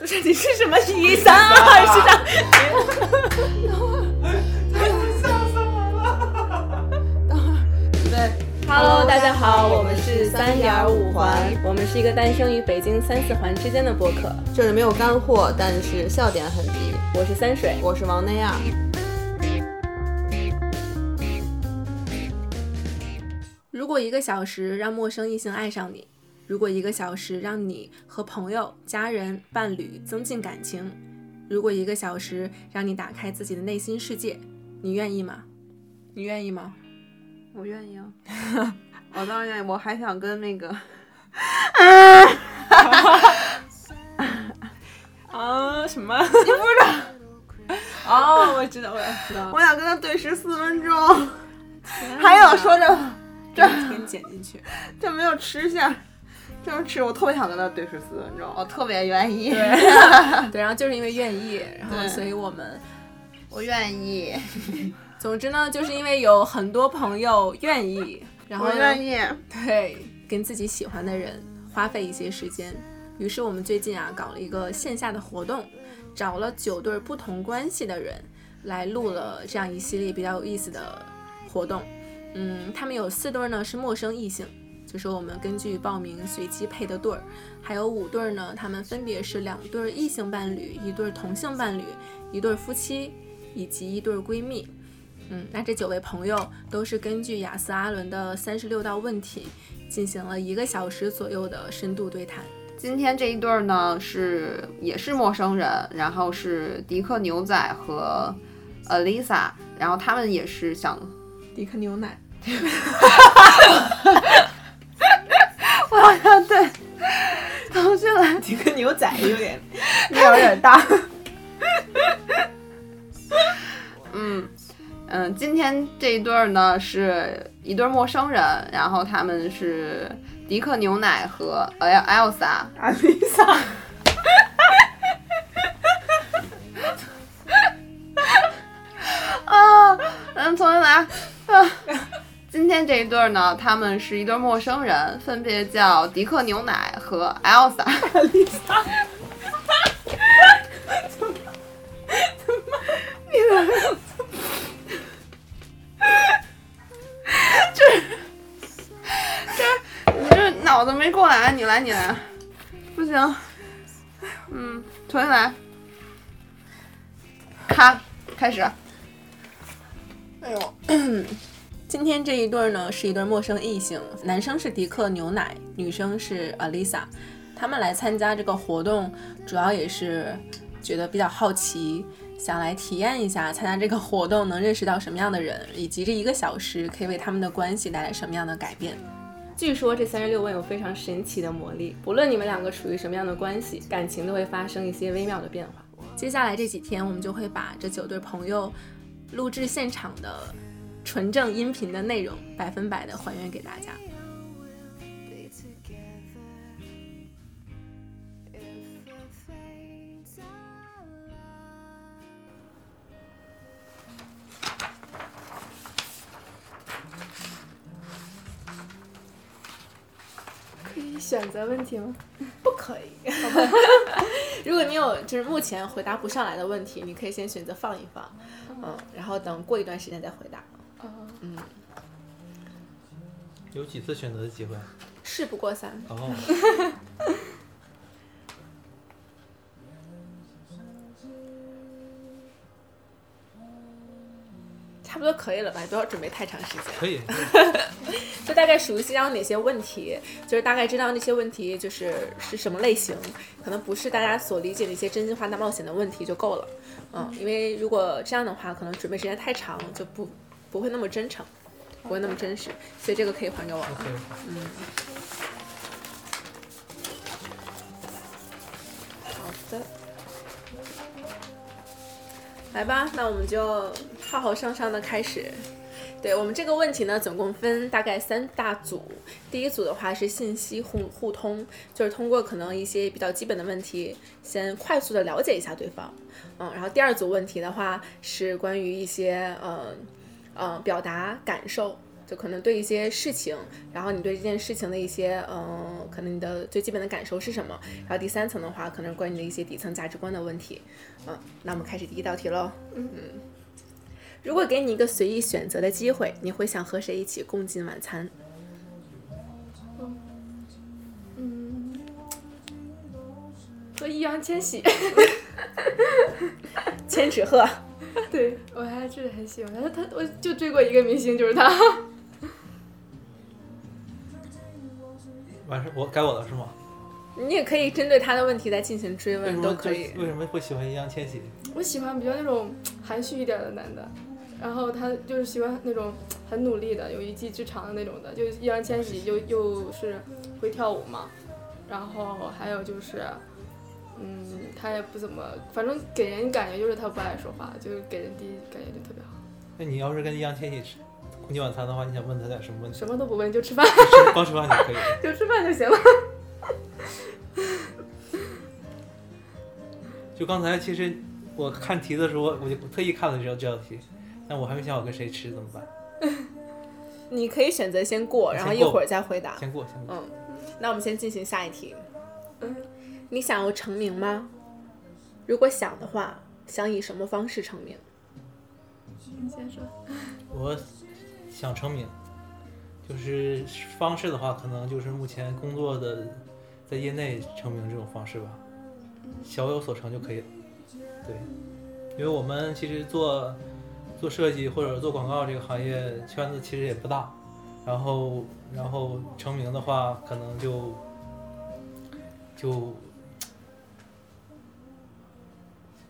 就是你是什么医生？二是的，Hello，大家好，我们是三点五环，我们是一个诞生于北京三四环之间的播客。这里没有干货，但是笑点很低。我是三水，我是王那样。如果一个小时让陌生异性爱上你，如果一个小时让你和朋友、家人、伴侣增进感情，如果一个小时让你打开自己的内心世界，你愿意吗？你愿意吗？我愿意啊， 我当然愿意，我还想跟那个，啊，什么？你不知道？ 哦，我知道，我也知道。 我想跟他对视四分钟，还有说着这给你剪进去。这没有吃相，这么吃，我特别想跟他对视四分钟，我特别愿意，对，然后就是因为愿意，然后所以我们， 我愿意，总之呢，就是因为有很多朋友愿意，然后我呢愿意，对，跟自己喜欢的人花费一些时间。于是我们最近啊搞了一个线下的活动，找了九对不同关系的人来录了这样一系列比较有意思的活动。嗯，他们有四对呢是陌生异性，就是我们根据报名随机配的对儿，还有五对呢，他们分别是两对异性伴侣、一对同性伴侣、一对夫妻以及一对闺蜜。嗯，那这九位朋友都是根据雅思阿伦的三十六道问题，进行了一个小时左右的深度对谈。今天这一对儿呢是也是陌生人，然后是迪克牛仔和 Alisa，然后他们也是想， 迪克牛奶，我好像对，腾讯来，迪克牛仔有点，面有点大。嗯嗯，今天这一对儿呢是一对儿陌生人，然后他们是迪克牛奶和 El Elsa。阿丽萨，啊，嗯，重新来啊！ 今天这一对儿呢，他们是一对儿陌生人，分别叫迪克牛奶和 Elsa。你这脑子没过来，你来，你来，不行，嗯，重新来，咔，开始，哎呦。今天这一对儿呢是一对陌生异性，男生是迪克牛奶，女生是 Alisa。他们来参加这个活动，主要也是觉得比较好奇，想来体验一下参加这个活动能认识到什么样的人，以及这一个小时可以为他们的关系带来什么样的改变。据说这三十六问有非常神奇的魔力，不论你们两个处于什么样的关系，感情都会发生一些微妙的变化。接下来这几天，我们就会把这九对朋友录制现场的纯正音频的内容，百分百的还原给大家。可以选择问题吗？不可以。 如果你有就是目前回答不上来的问题，你可以先选择放一放，嗯，然后等过一段时间再回答。有几次选择的机会？事不过三，哦，差不多可以了吧？不要准备太长时间。可以，就大概熟悉到哪些问题，就是大概知道那些问题就是是什么类型，可能不是大家所理解的一些真心话大冒险的问题就够了。嗯，因为如果这样的话，可能准备时间太长，就不不会那么真诚，不会那么真实，所以这个可以还给我了。可以。好的，来吧，那我们就浩浩上上的开始。对我们这个问题呢，总共分大概三大组。第一组的话是信息互互通，就是通过可能一些比较基本的问题，先快速的了解一下对方。嗯，然后第二组问题的话是关于一些呃呃表达感受，就可能对一些事情，然后你对这件事情的一些，嗯、可能你的最基本的感受是什么？然后第三层的话，可能关于你的一些底层价值观的问题。嗯，那我们开始第一道题喽。嗯，如果给你一个随意选择的机会，你会想和谁一起共进晚餐？ 嗯，和易烊千玺， 千纸鹤。对我还真的很喜欢他，他我就追过一个明星，就是他。 完事我该我了是吗？你也可以针对他的问题再进行追为什问，嗯么都可以就。为什么会喜欢易烊千玺？我喜欢比较那种含蓄一点的男的，然后他就是喜欢那种嗯很努力的、有一技之长的那种的，就是易烊千玺又又是会跳舞嘛，然后还有就是，嗯，他也不怎么，反正给人感觉就是他不爱说话，就是给人第一感觉就特别好，那你要是跟易烊千玺吃共进晚餐的话，你想问他点什么问题？什么都不问就吃饭， 吃光吃饭就可以了。就吃饭就行了。就刚才其实我看题的时候，我就特意看了这道这道题，但我还没想好跟谁吃怎么办，你可以选择先过，然后先一过会儿再回答。先过先过。嗯，那我们先进行下一题。嗯你想要成名吗？如果想的话，想以什么方式成名？你先说，我想成名，就是方式的话，可能就是目前工作的在业内成名这种方式吧，小有所成就可以了。对，因为我们其实做做设计或者做广告这个行业圈子其实也不大，然后然后成名的话，可能就就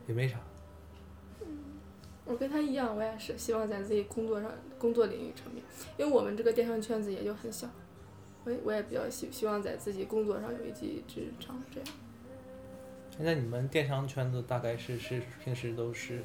也没啥。我跟他一样，我也是希望在自己工作上、工作领域成名，因为我们这个电商圈子也就很小，我也我也比较希希望在自己工作上有一技之长，这样。现在你们电商圈子大概是是平时都是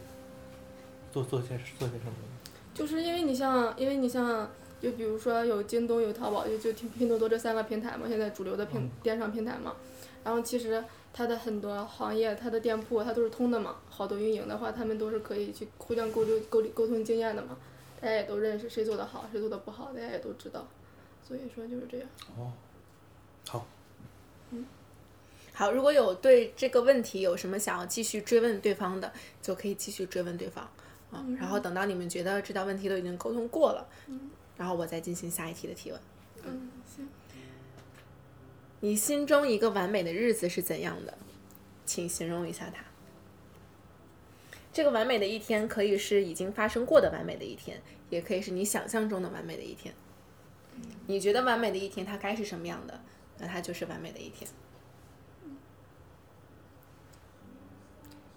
做做些做些什么呢？就是因为你像，因为你像，就比如说有京东、有淘宝、就就拼拼多多这三个平台嘛，现在主流的平电商平台嘛。然后其实它的很多行业，它的店铺它都是通的嘛，好的运营的话，他们都是可以去互相沟流沟沟通经验的嘛，大家也都认识谁做的好，谁做的不好，大家也都知道。所以说就是这样。哦，好，好，如果有对这个问题有什么想要继续追问对方的，就可以继续追问对方啊。然后等到你们觉得这道问题都已经沟通过了，然后我再进行下一题的提问。嗯，行。你心中一个完美的日子是怎样的？请形容一下它。这个完美的一天可以是已经发生过的完美的一天，也可以是你想象中的完美的一天。你觉得完美的一天它该是什么样的？那它就是完美的一天。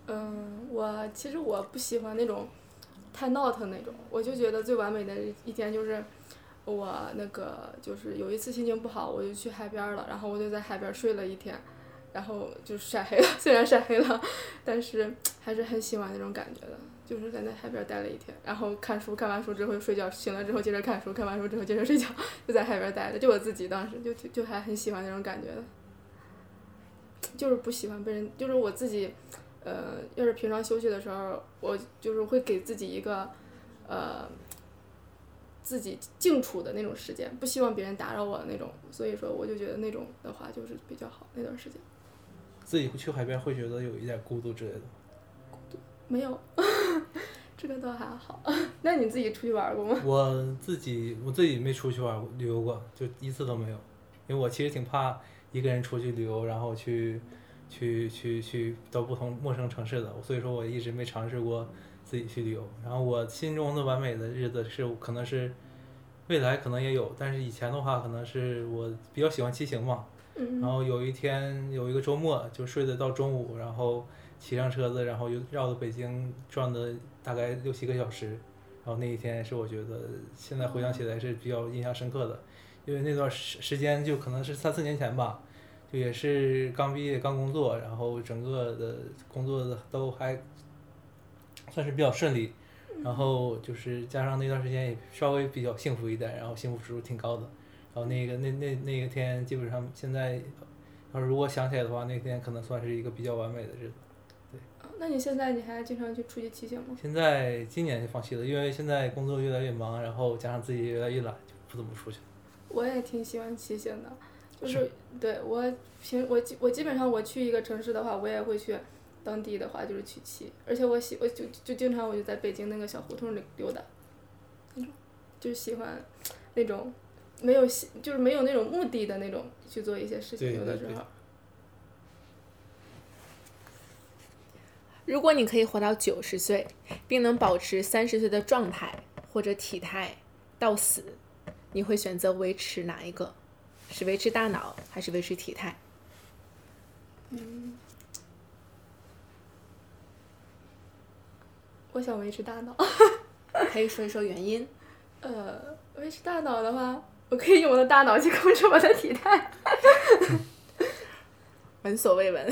嗯，我其实我不喜欢那种太闹腾那种，我就觉得最完美的一天就是我那个就是有一次心情不好，我就去海边儿了，然后我就在海边儿睡了一天，然后就晒黑了。 虽然晒黑了，但是还是很喜欢那种感觉的，就是在那海边儿待了一天，然后看书，看完书之后睡觉，醒了之后接着看书，看完书之后接着睡觉，就在海边儿待着。就我自己当时就就就还很喜欢那种感觉的，就是不喜欢被人，就是我自己。呃，要是平常休息的时候，我就是会给自己一个，呃，自己静处的那种时间，不希望别人打扰我的那种。所以说，我就觉得那种的话就是比较好那段时间。自己去海边会觉得有一点孤独之类的。没有， 这个倒还好。 那你自己出去玩过 吗？我自己我自己没出去玩儿旅游过，就一次都没有，因为我其实挺怕一个人出去旅游，然后去去去去到不同陌生城市的，所以说我一直没尝试过自己去旅游。然后我心中的完美的日子是可能是未来可能也有，但是以前的话可能是我比较喜欢骑行嘛，嗯然后有一天有一个周末就睡得到中午，然后骑上车子，然后又绕着北京转了大概六七个小时。然后那一天是我觉得现在回想起来是比较印象深刻的，因为那段时时间就可能是三四年前吧，就也是刚毕业刚工作，然后整个的工作的都还算是比较顺利，然后就是加上那段时间也稍微比较幸福一点，然后幸福指数挺高的。然后那个那那那个天基本上现在，要是如果想起来的话，那天可能算是一个比较完美的日子。那你现在你还经常去出去骑行吗？现在今年就放弃了，因为现在工作越来越忙，然后加上自己越来越懒，就不怎么出去了。我也挺喜欢骑行的，就是是对我平我基我基本上我去一个城市的话，我也会去当地的话就是去骑，而且我喜我就就经常我就在北京那个小胡同里溜达，那种就是喜欢那种没有喜就是没有那种目的的那种去做一些事情，对有的对时对候如果你可以活到九十岁，并能保持三十岁的状态或者体态到死，你会选择维持哪一个？是维持大脑还是维持体态？我想维持大脑。可以说一说原因。呃，维持大脑的话，我可以用我的大脑去控制我的体态。闻所未闻。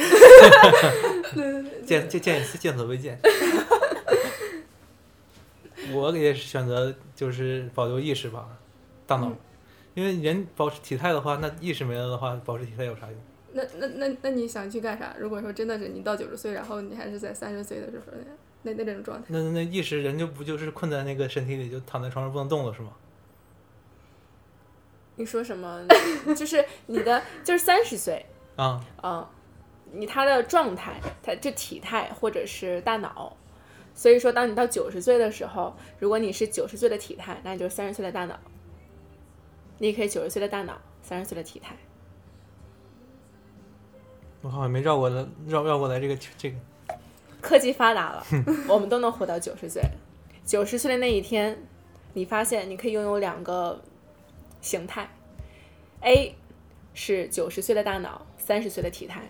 见见见见所未 见。我也是选择就是保留意识吧，大脑，嗯因为人保持体态的话，那意识没了的话，保持体态有啥用？那那那那你想去干啥？如果说真的是你到九十岁，然后你还是在三十岁的时候那那那种状态，那那意识人就不就是困在那个身体里，就躺在床上不能动了是吗？你说什么？就是你的， 就是三十岁，啊，嗯，你他的状态，他这体态或者是大脑。所以说，当你到九十岁的时候，如果你是九十岁的体态，那你就是三十岁的大脑。你也可以九十岁的大脑，三十岁的体态。我好像没绕过来，绕绕过来这个这个。科技发达了， 我们都能活到九十岁。九十岁的那一天，你发现你可以拥有两个形态：A 是九十岁的大脑，三十岁的体态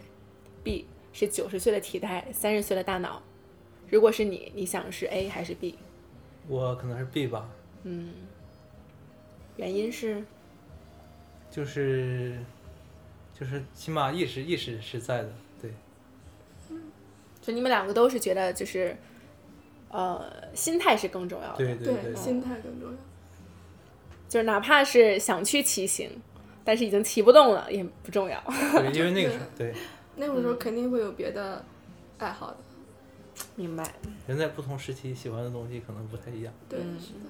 ；B 是九十岁的体态，三十岁的大脑。如果是你，你想是 A 还是 B？嗯我可能是 B 吧，原因是就是就是起码意识意识是在的，对，就你们两个都是觉得就是，呃，心态是更重啊要的。对对心态更重要。就是哪怕是想去骑行，但是已经骑不动了，也不重要。对， 因为那个时候对那个时候肯定会有别的爱好的，明白。人在不同时期喜欢的东西可能不太一样。对，嗯是的，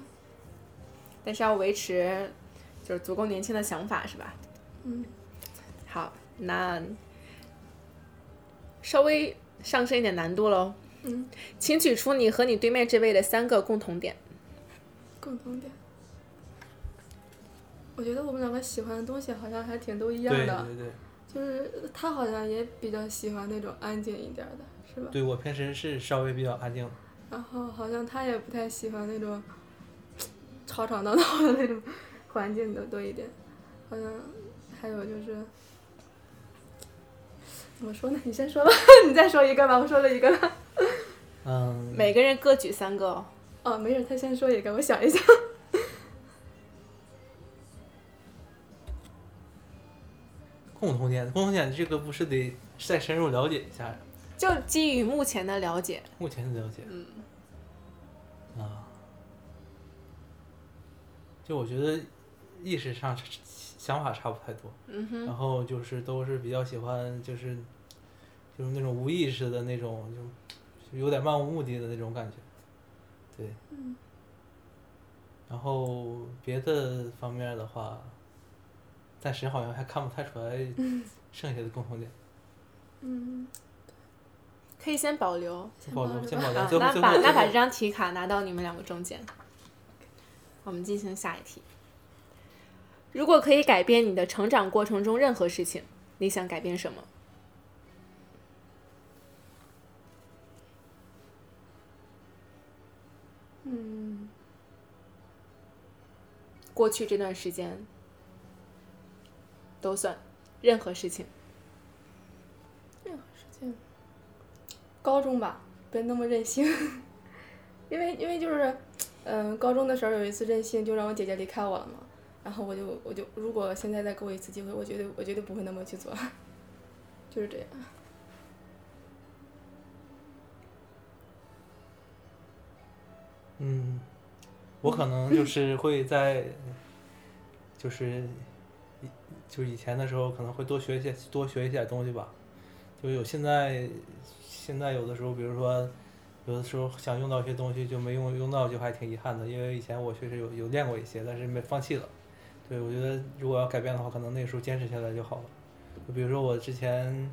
但是要维持就是足够年轻的想法，是吧？嗯，好，那稍微上升一点难度喽。嗯，请举出你和你对面这位的三个共同点。共同点。我觉得我们两个喜欢的东西好像还挺都一样对的，对对，就是他好像也比较喜欢那种安静一点儿的，是吧？对我平时是稍微比较安静的，然后好像他也不太喜欢那种吵吵闹闹的那种环境的多一点，好像还有就是怎么说呢？你先说吧， 你再说一个吧，我说了一个了。嗯，每个人各举三个哦。哦，没事，他先说一个，我想一下。共同点，共同点这个不是得再深入了解一下，就基于目前的了解，目前的了解，嗯，啊，就我觉得意识上 想法差不太多，嗯哼，然后就是都是比较喜欢就是就是那种无意识的那种，就就有点漫无目的的那种感觉，对。嗯然后别的方面的话，暂时好像还看不太出来嗯剩下的共同点，嗯，可以先保留。先保留，先吧保留，啊，最后那最后把最那把后这张题卡拿到你们两个中间，我们进行下一题。如果可以改变你的成长过程中任何事情，你想改变什么？嗯，过去这段时间都算，任何事情。任何事情，高中吧，别那么任性， 因为因为就是，嗯、高中的时候有一次任性，就让我姐姐离开我了嘛。然后我就我就如果现在再给我一次机会，我绝对我绝对不会那么去做， 就是这样。嗯，我可能就是会在，就是以，就以前的时候可能会多学一些多学一些东西吧，就有现在现在有的时候，比如说有的时候想用到一些东西就没用用到，就还挺遗憾的。因为以前我确实有有练过一些，但是没放弃了。对，我觉得如果要改变的话，可能那时候坚持下来就好了。就比如说我之前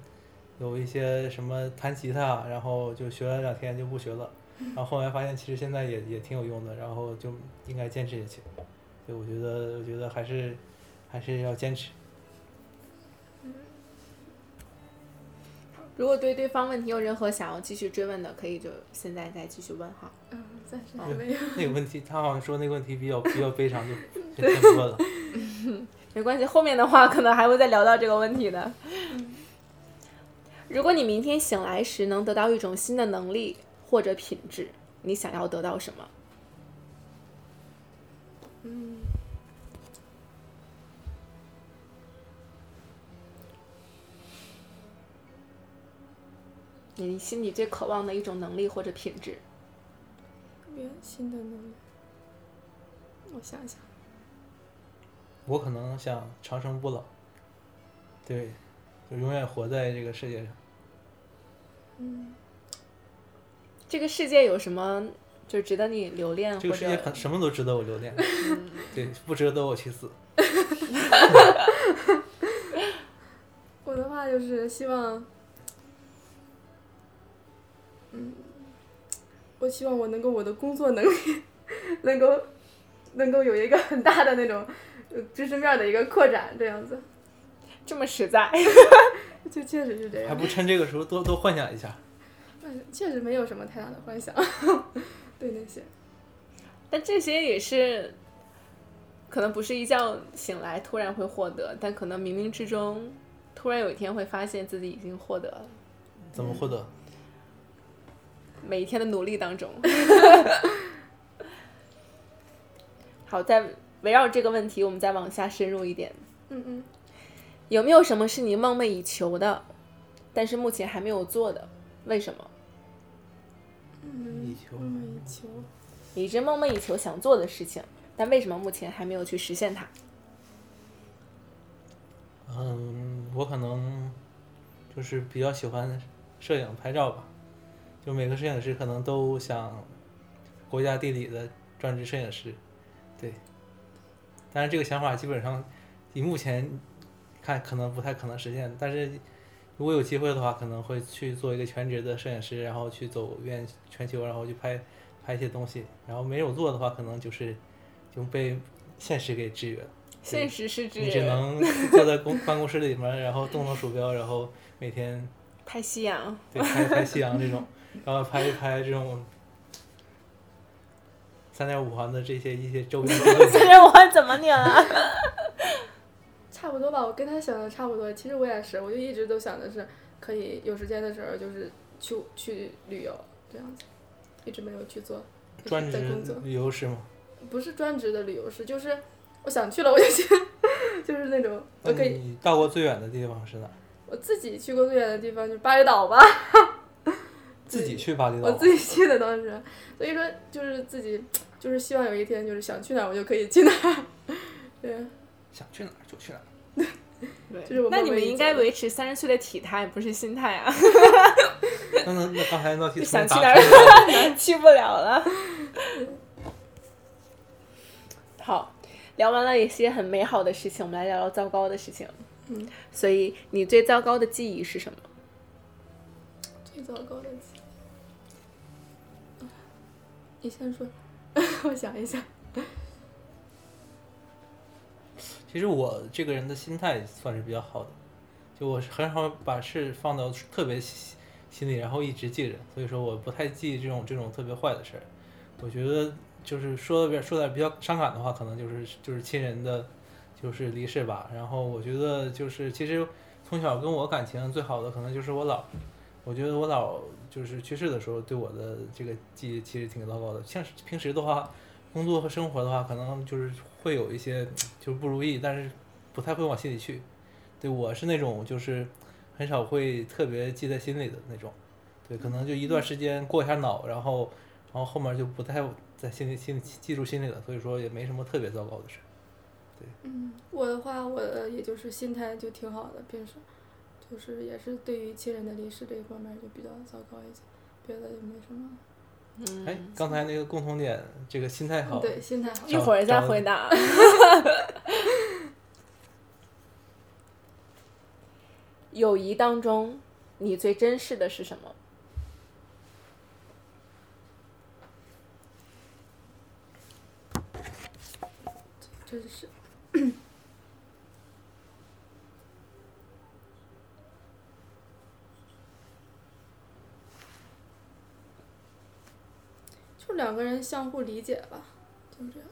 有一些什么弹吉他，然后就学了两天就不学了，然后后来发现其实现在也也挺有用的，然后就应该坚持下去。对，我觉得我觉得还是还是要坚持。如果对对方问题有任何想要继续追问的，可以就现在再继续问哈。嗯，暂时还没有。那个问题，他好像说那个问题比较比较悲伤，就就先不问了。没关系，后面的话可能还会再聊到这个问题的。如果你明天醒来时能得到一种新的能力或者品质，你想要得到什么？嗯，你心里最渴望的一种能力或者品质？别新的能力，我想想，我可能想长生不老，对，就永远活在这个世界上。嗯，这个世界有什么就值得你留恋这或个世界者很什么都值得我留恋，对，不值得我去死。我的话就是希望，嗯，我希望我能够我的工作能力 能够能够有一个很大的那种呃知识面儿的一个扩展，这样子，这么实在？就确实是这还样，不趁这个时候多多幻想一下？嗯确实没有什么太大的幻想， 对那些，但这些也是，可能不是一觉醒来突然会获得，但可能冥冥之中，突然有一天会发现自己已经获得了。怎么获得？每一天的努力当中。 好，再围绕这个问题，我们再往下深入一点。嗯嗯，有没有什么是你梦寐以求的，但是目前还没有做的？为什么？嗯，以求嗯，以求，你一直梦寐以求想做的事情，但为什么目前还没有去实现它？嗯，我可能就是比较喜欢摄影拍照吧，就每个摄影师可能都想国家地理的专职摄影师，对。但是这个想法基本上以目前看可能不太可能实现，但是如果有机会的话，可能会去做一个全职的摄影师，然后去走遍全球，然后去拍拍一些东西。然后没有做的话，可能就是就被现实给制约了。现实是指你只能坐在公 办公室里面，然后动动鼠标，然后每天拍夕阳， 对拍拍夕阳这种，然后拍一拍这种三点五环的这些一些周边的问题 这是我怎么念啊？差不多吧，我跟他想的差不多。其实我也是，我就一直都想的是，可以有时间的时候就是去去旅游这样子，一直没有去做。一直专在职工作旅游师嘛，不是专职的旅游师，就是我想去了我就去， 就是那种那我可以你到过最远的地方是哪？我自己去过最远的地方就是巴厘岛吧，自己去巴厘岛我吗？自己去的当时，所以说就是自己就是希望有一天就是想去哪儿我就可以去哪儿， 对，啊想去哪儿就去哪儿。就是我那梦你寐们以应该求的维持三十岁的体态，不是心态啊！那那那刚才那题想去从哪儿哪嗯打出来 的去不了了。好，聊完了一些很美好的事情，我们来聊聊糟糕的事情。嗯，所以你最糟糕的记忆是什么？最糟糕的词，你先说， 我想一下，其实我这个人的心态算是比较好的，就我是很少把事放到特别心心里，然后一直记着，所以说我不太记这种这种特别坏的事儿。我觉得就是说的比较说点比较伤感的话，可能就是就是亲人的就是离世吧。然后我觉得就是其实从小跟我感情最好的可能就是我姥儿，我觉得我姥儿就是去世的时候对我的这个记忆其实挺糟糕的。像是平时的话，工作和生活的话，可能就是会有一些就是不如意，但是不太会往心里去。对我是那种就是很少会特别记在心里的那种，对，可能就一段时间过一下脑，然后然后后面就不太在心里心里记住心里了，所以说也没什么特别糟糕的事。嗯，我的话，我也就是心态就挺好的，平时就是也是对于亲人的离世这一方面就比较糟糕一些，别的就没什么。哎，刚才那个共同点，这个心态好，对，心态好。一一会会儿儿再再回回答。啊 友谊当中，你最珍视的是什么？真是。就两个人相互理解吧，就是这样。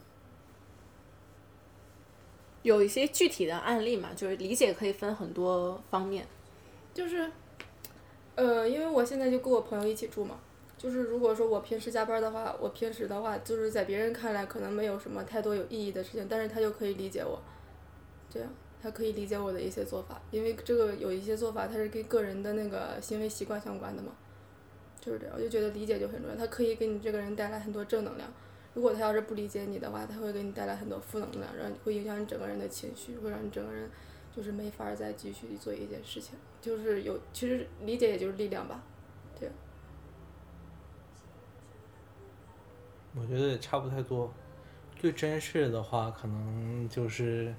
有一些具体的案例嘛，就是理解可以分很多方面。就是，呃，因为我现在就跟我朋友一起住嘛，就是如果说我平时加班的话，我平时的话就是在别人看来可能没有什么太多有意义的事情，但是他就可以理解我，这样他可以理解我的一些做法，因为这个有一些做法它是跟个人的那个行为习惯相关的嘛，就是这样，我就觉得理解就很重要，他可以给你这个人带来很多正能量。如果他要是不理解你的话，他会给你带来很多负能量，让你会影响你整个人的情绪，会让你整个人就是没法儿再继续做一件事情。就是有，其实理解也就是力量吧。我觉得也差不太多。最真实的话，可能就是，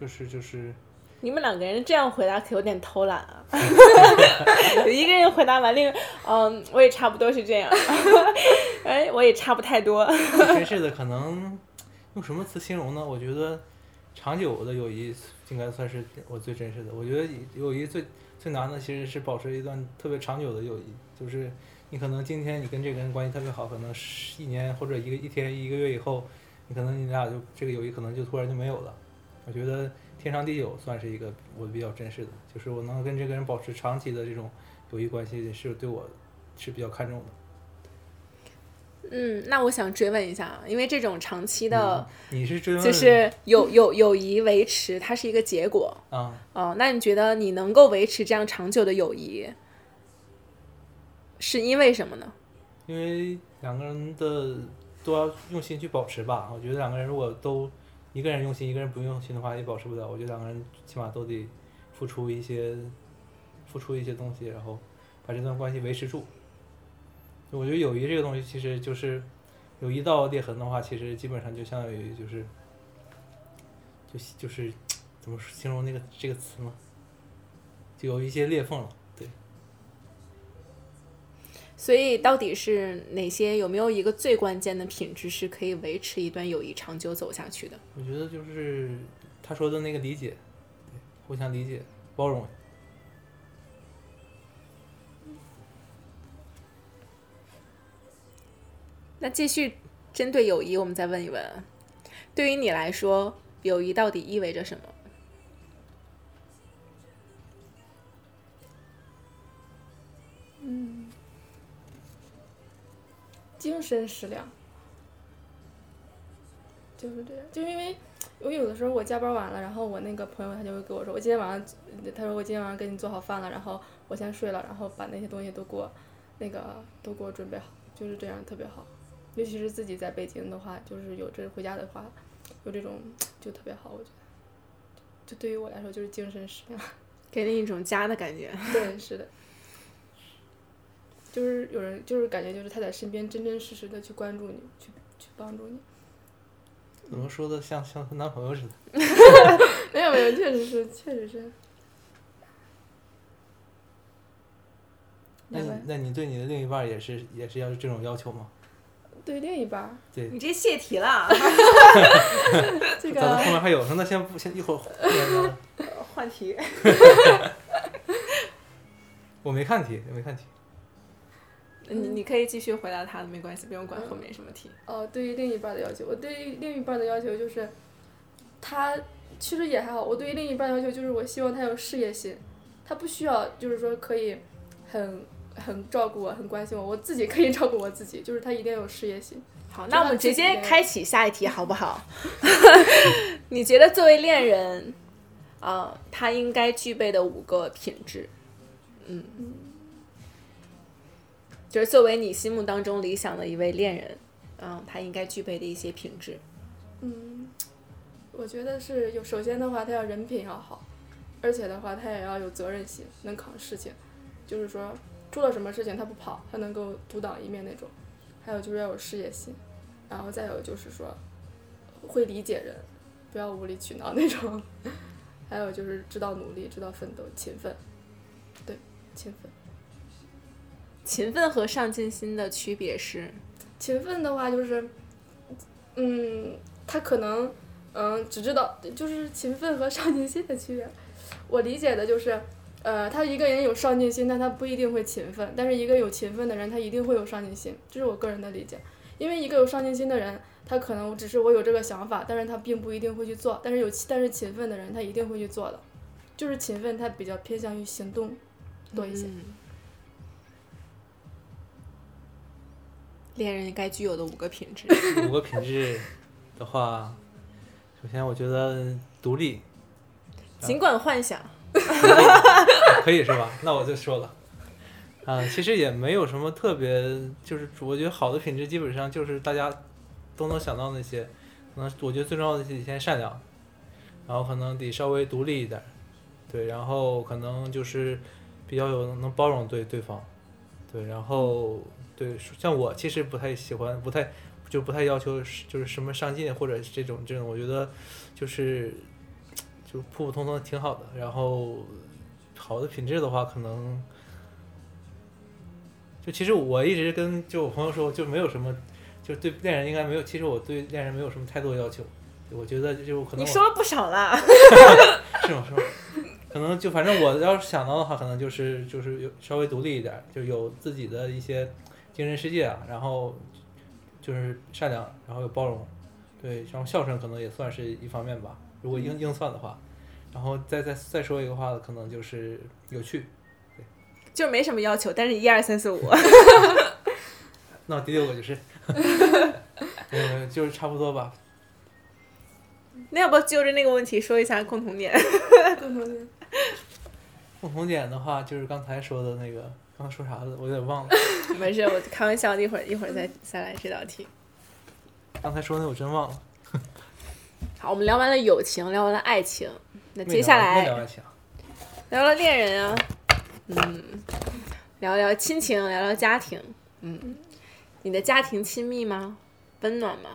就是就是，你们两个人这样回答可有点偷懒 啊！一个人回答完，另一个，嗯，我也差不多是这 样。哎，我也差不太多。最真实的可能用什么词形容呢？我觉得长久的友谊应该算是我最真实的。我觉得友谊最最难的其实是保持一段特别长久的友谊，就是你可能今天你跟这个人关系特别好，可能是一年或者一个一天一个月以后，你可能你俩就这个友谊可能就突然就没有了。我觉得天长地久算是一个我比较珍视的，就是我能跟这个人保持长期的这种友谊关系，是对我是比较看重的。嗯，那我想追问一下啊，因为这种长期的，你是嗯追问就是友友友谊维持，它是一个结果。啊？哦，那你觉得你能够维持这样长久的友谊，是因为什么呢？因为两个人的都要用心去保持吧。我觉得两个人如果都一个人用心，一个人不用心的话，也保持不了。我觉得两个人起码都得付出一些，付出一些东西，然后把这段关系维持住。我觉得友谊这个东西，其实就是友谊到裂痕的话，其实基本上就相当于就是，就就是怎么形容那个这个词呢？就有一些裂缝了。对，所以到底是哪些？有没有一个最关键的品质是可以维持一段友谊长久走下去的？我觉得就是他说的那个理解，互相理解、包容。那继续针对友谊，我们再问一问啊，对于你来说，友谊到底意味着什么？精神食粮，就是这样。就因为我有的时候我加班晚了，然后我那个朋友他就会跟我说，我今天晚上，他说我今天晚上给你做好饭了，然后我先睡了，然后把那些东西都给我，那个都给我准备好，就是这样特别好。尤其是自己在北京的话，就是有这回家的话，有这种就特别好，我觉得。就对于我来说，就是精神食粮。给人一种家的感觉。对，是的，就是有人，就是感觉就是他在身边真真实实的去关注你，去去帮助你。 怎么说的像像她男朋友似的？没有没有，确实是，确实是。那明你白那你对你的另一半也是也是要这种要求吗？对另一半 儿，对，你这泄题 了，这咱们后个面还有呢，那先不先一会儿后面聊。换题。我没看题，没看题。你你可以继续回答他的，没关系，不用管后面什么题。哦，对于另一半儿的要求，我对于另一半儿的要求就是，他其实也还好。我对于另一半儿要求就是，我希望他有事业心，他不需要就是说可以很很照顾我，很关心我，我自己可以照顾我自己，就是他一定要有事业心。好，就那我让们自直己接的开启下一题好不好？ 你觉得作为恋人，啊、他应该具备的五个品质，嗯，就是作为你心目当中理想的一位恋人，嗯、他应该具备的一些品质。嗯，我觉得是有，首先的话，他要人品要好，而且的话，他也要有责任心，能扛事情，就是说出了什么事情他不跑，他能够独当一面那种。还有就是要有事业心，然后再有就是说会理解人，不要无理取闹那种。还有就是知道努力，知道奋斗，勤奋，对，勤奋。勤奋和上进心的区别是，勤奋的话就是，嗯，他可能，嗯，只知道就是勤奋和上进心的区别。 我理解的就是，呃，他一个人有上进心，但他不一定会勤奋；但是一个有勤奋的人，他一定会有上进心，这是我个人的理解。因为一个有上进心的人，他可能只是我有这个想法，但是他并不一定会去做。但是有但是勤奋的人，他一定会去做的。就是勤奋，他比较偏向于行动多一些。嗯恋人该具有的五个品 质。五个品质的话，首先我觉得独立尽管幻想， 可以是吧？那我就说了，啊、其实也没有什么特别，就是我觉得好的品质基本上就是大家都能想到那些，可能我觉得最重要的是先善良，然后可能得稍微独立一点儿，对，然后可能就是比较有能包容对对方，对，然后对像我其实不太喜欢，不太就不太要求是就是什么上进或者是这种这种，我觉得就是。就普普通通挺好的，然后好的品质的话，可能就其实我一直跟就我朋友说，就没有什么，就对恋人应该没有，其实我对恋人没有什么太多要求。我觉得就可能你我说了不少啦。是吗？是吗？可能就反正我要是想到的话，可能就是就是有稍微独立一点儿，就有自己的一些精神世界啊，然后就是善良，然后有包容，对，然后孝顺可能也算是一方面吧，如果硬硬算的话，然后再再再说一个话，可能就是有趣。就是没什么要求，但是一二三四五，那我第六个就是， 嗯，就是差不多吧。那要不就着那个问题说一下共同点？ 共同点共同点的话，就是刚才说的那个，刚才说啥了？我有点忘了。没事，我开玩笑的，一会儿一会儿再再来这道题。刚才说的我真忘了。好，我们聊完了友情，聊完了爱情，那没接聊下完没来聊爱情啊，聊聊恋人啊，嗯，聊聊亲情，聊聊家庭，嗯，你的家庭亲密吗？温暖吗？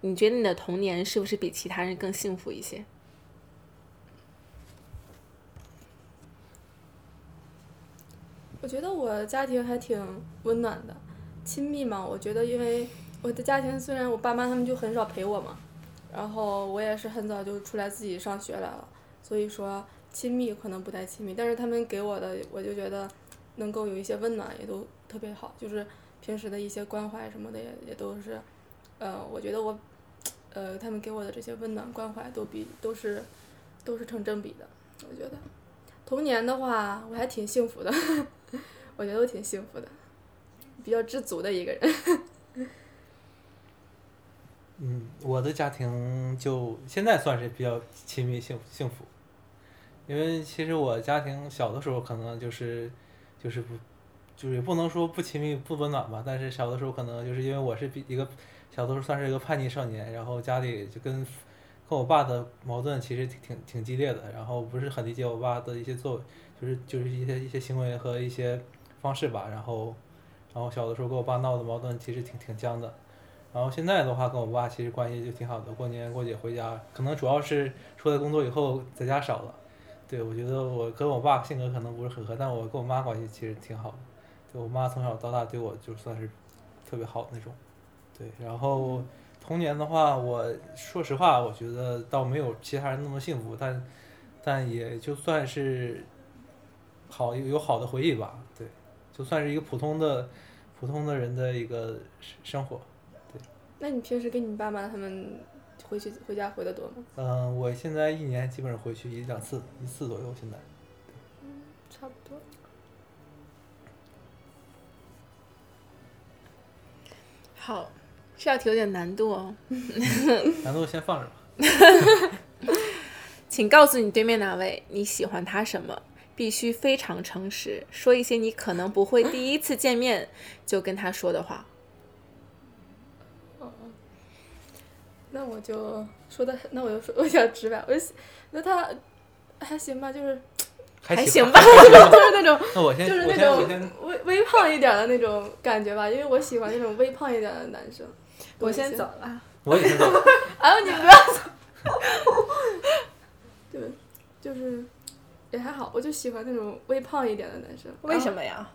你觉得你的童年是不是比其他人更幸福一些？我觉得我家庭还挺温暖的，亲密嘛。我觉得，因为我的家庭虽然我爸妈他们就很少陪我嘛，然后我也是很早就出来自己上学来了，所以说亲密可能不太亲密，但是他们给我的，我就觉得呃能够有一些温暖，也都特别好。就是平时的一些关怀什么的也，也都是，呃，我觉得我，呃，他们给我的这些温暖关怀都比都是都是成正比的，我觉得。童年的话，我还挺幸福的。我觉得我挺幸福的，比较知足的一个人。 嗯，我的家庭就现在算是比较亲密幸幸福，因为其实我家庭小的时候可能就是就是不就是也不能说不亲密不温暖吧，但是小的时候可能就是因为我是比一个小的时候算是一个叛逆少年，然后家里就跟跟我爸的矛盾其实挺挺挺激烈的，然后不是很理解我爸的一些作为，就是就是一些一些行为和一些方式吧，然后然后小的时候跟我爸闹的矛盾其实挺挺僵的。然后现在的话，跟我爸其实关系就挺好的，过年过节回家，可能主要是出来工作以后在家少了。对，我觉得我跟我爸性格可能不是很合，但我跟我妈关系其实挺好的。对我妈从小到大对我就算是特别好那种。对，然后童年的话，我说实话，我觉得倒没有其他人那么幸福，但但也就算是好有好的回忆吧。对，就算是一个普通的普通的人的一个生生活。那你平时跟你爸妈他们回去回家回的多吗？嗯，我现在一年基本上回去一两次，一次左右。现在差不多。好，这道题有点难度哦，难度先放着吧。请告诉你对面哪位你喜欢他什么，必须非常诚实，说一些你可能不会第一次见 面就跟他说的话。那我就说的，那我就说我 想直白，我就想那他还行吧，就是还行行吧 就是那种 那我先，就是我那先，我种先，微微胖一点的那种感觉吧，因为我喜欢那种微胖一点的男 生。我先走。了。我也先走。哎呦，你不要走。 对，就是也还好，我就喜欢那种微胖一点的男生。为什么？么呀？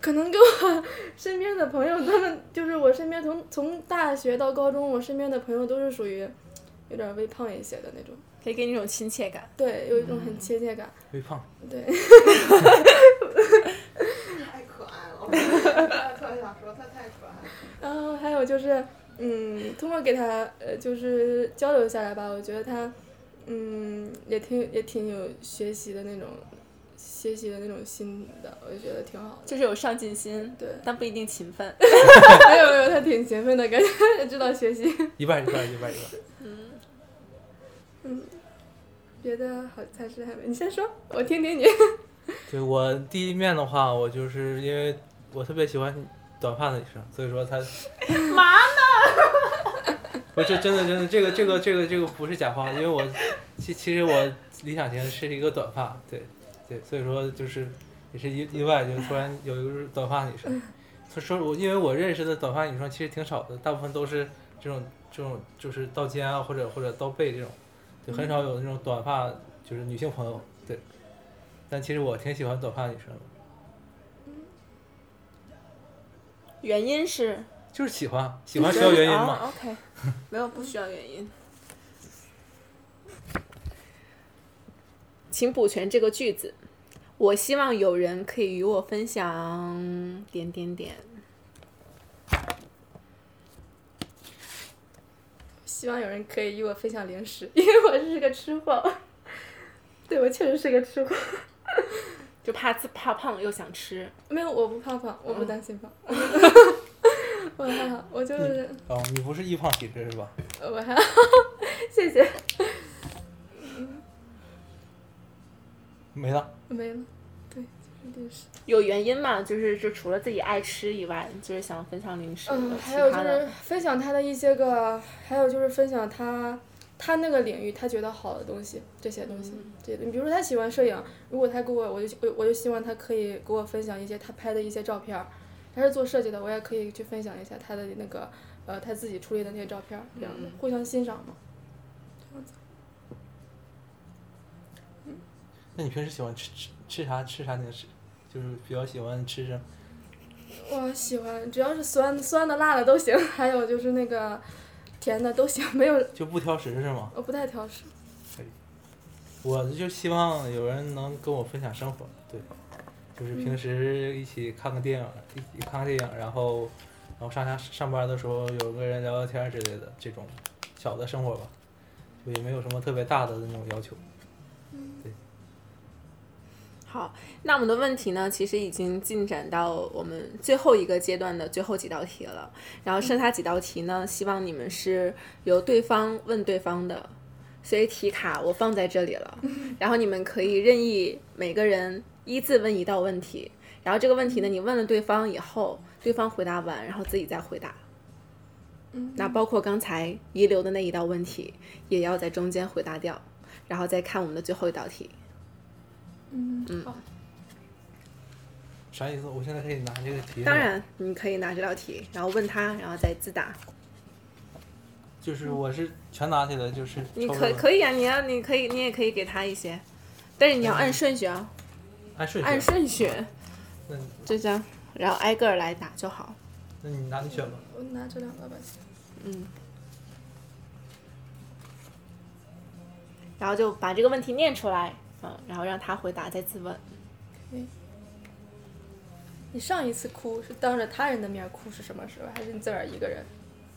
可能跟我身边的朋友，他们就是我身边从从大学到高中，我身边的朋友都是属于有点微胖一些的那种。可以给你一种亲切感。对，有一种很亲切感。微胖，对，太可爱了，我特别想说他太可爱了。然后还有就是，嗯，通过给他呃，就是交流下来吧，我觉得他，嗯，也挺也挺有学习的那种，学习的那种心的，我就觉得挺好的。就是有上进心，对但不一定勤 奋。没哎有没有，他挺勤奋的感觉， 知道学习。一半儿一半儿一半儿一半儿。别的好暂时还没，你先说，我听听你。对我第一面的话，我就是因为我特别喜欢短发的女生，所以说她嘛呢？ 不是真的真的，这个这个这个这个不是假话，因为我其其实我理想型是一个短发，对对，所以说就是也是意意外，就突然有一个短发女生。所以说我因为我认识的短发女生其实挺少的，大部分都是这种这种就是到肩啊或者或者到背这种，就很少有那种短发就是女性朋友，对。但其实我挺喜欢短发女生的，原因是就是喜欢，喜欢需要原因吗？啊？OK，没有不需要原因。请补全这个句子。我希望有人可以与我分享点点点。希望有人可以与我分享零食， 因为我是个吃货。 对，我确实是个吃货。就怕自怕胖又想吃，没有，我不胖胖，我不担心胖。嗯 我还好，我就是。哦，你不是易胖体质是吧？我还 谢谢，没了，没了。对，就是零食。有原因嘛？就是就除了自己爱吃以外，就是想分享零食。嗯，呃其还有就他是的分享他的一些个，还有就是分享他他那个领域他觉得好的东西，这些东西，嗯这些东西。比如说他喜欢摄影，如果他给我，我就我我就希望他可以给我分享一些他拍的一些照片儿。他是做设计的，我也可以去分享一下他的那个呃他自己处理的那些照片儿，这样嗯的、互相欣赏嘛。那你平时喜欢吃吃吃啥吃啥零食？就是比较喜欢吃什么？我喜欢，只要是酸酸的、辣的都行， 还有就是那个甜的都行，没有就不挑食是吗？我不太挑食。我就希望有人能跟我分享生活，对，就是平时一起看个电影，一起看个电影，然后然后上下上班的时候有个人聊聊天之类的，这种小的生活吧，就也没有什么特别大的那种要求。好，那我们的问题呢，其实已经进展到我们最后一个阶段的最后几道题了。然后剩下几道题呢，希望你们是由对方问对方的，所以题卡我放在这里了。然后你们可以任意每个人一字问一道问题。然后这个问题呢，你问了对方以后，对方回答完，然后自己再回答。那包括刚才遗留的那一道问题，也要在中间回答掉，然后再看我们的最后一道题。嗯，好，啥意思？我现在可以拿这个题？当，然，你可以拿这道题，然后问他，然后再自答。就是我是全拿起来，就是你抽可着可以啊，你要你可以，你也可以给他一些，但是你要按顺序啊，按顺序，按顺序，那你就这样，然后挨个儿来打就好。那你拿你选吧。我拿这两个吧。行然后就把这个问题念出来，嗯，然后让他回答再自问。你上一次哭是当着他人的面哭是什么时候？还是你自个儿一个人？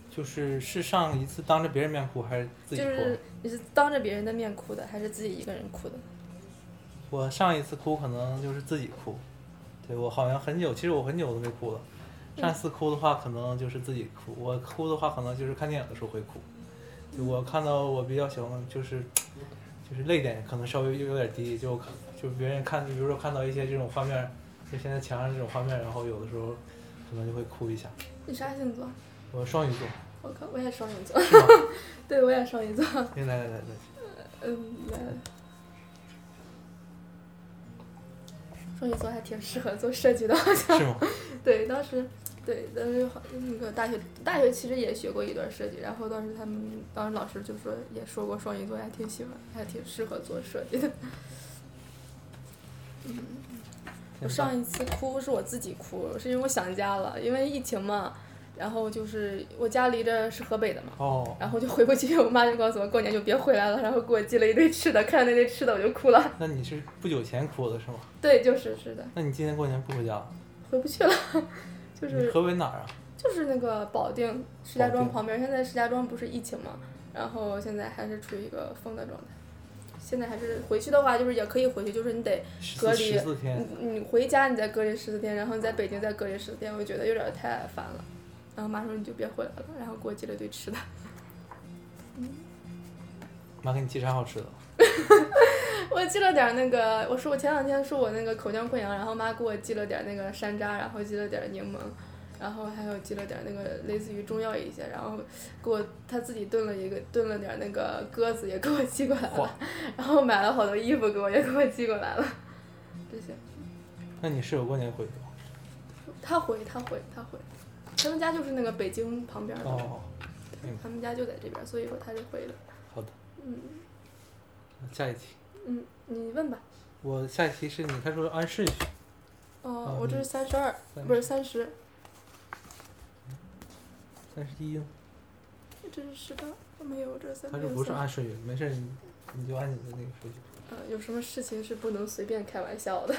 就是是上一次当着别人面哭还是自就己哭？是你是当着别人的面哭的，还是自己一个人哭的？我上一次哭可能就是自己哭，对我好像很久，其实我很久都没哭了。嗯上一次哭的话，可能就是自己哭。我哭的话，可能就是看电影的时候会哭。嗯就我看到我比较喜欢，就是就是泪点可能稍微又有点低，就就别人看，比如说看到一些这种画面，就现在墙上这种画面，然后有的时候可能就会哭一下。你啥星座？我双鱼座，我靠，我也双鱼 座，是吗？ 对我也双鱼座。 来哎来来来，嗯，来双鱼座还挺适合做设计的，好像。来是吗？对，当时对，当时好那个大学大学其实也学过一段设计，然后当时他们当时老师就说也说过双鱼座还挺喜欢，还挺适合做设计的。嗯我上一次哭是我自己哭，是因为我想家了，因为疫情嘛，然后就是我家离着是河北的嘛。哦，然后就回不去， 我妈就告诉我过年就别回来了，然后给我寄了一堆吃的，看着那堆吃的我就哭了。 那你是不久前哭的是吗？对，就是是的，那你今年过年不回家？回不去了， 就你是河北哪儿啊？就是那个保定石家庄保旁边，现在石家庄不是疫情嘛，然后现在还是处于一个封的状态。现在还是回去的话，就是也可以回去，就是你得十隔四离嗯十四天你，你回家你再隔离十四天，然后你在北京再隔离十四天，我觉得有点太烦了。然后妈说你就别回来了，然后给我寄了一堆吃的。妈给你寄啥好吃的？ 我寄了点儿那个，我说我前两天说我那个口腔溃疡，然后妈给我寄了点儿那个山楂，然后寄了点儿柠檬，然后还有寄了点儿那个类似于中药一些，然后给我她自己炖了一个炖了点儿那个鸽子也给我寄过来哇了，然后买了好多衣服给我也给我寄过来了，这些那你室友过年回去吗？她回她回她回，他们家就是那个北京旁边儿的，哦，他们家就在这边儿，所以说她就回了。好的，嗯下一题。嗯，你问吧。我下一题是你，他说按顺序，哦啊，我这你是三十二，不是三十，三十一，这是十八，没有这三他十说不是按顺序，没事儿你你就按你的那个顺序。呃，有什么事情是不能随便开玩笑的？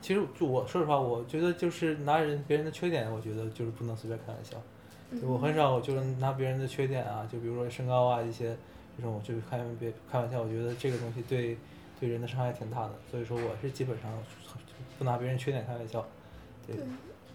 其实就我说实话，我觉得就是拿人别人的缺点，我觉得就是不能随便开玩笑。就我很少就是拿别人的缺点啊，就比如说身高啊一些这种，就是开玩别开玩笑。我觉得这个东西对对人的伤害挺大的，所以说我是基本上不拿别人缺点开玩笑。对，对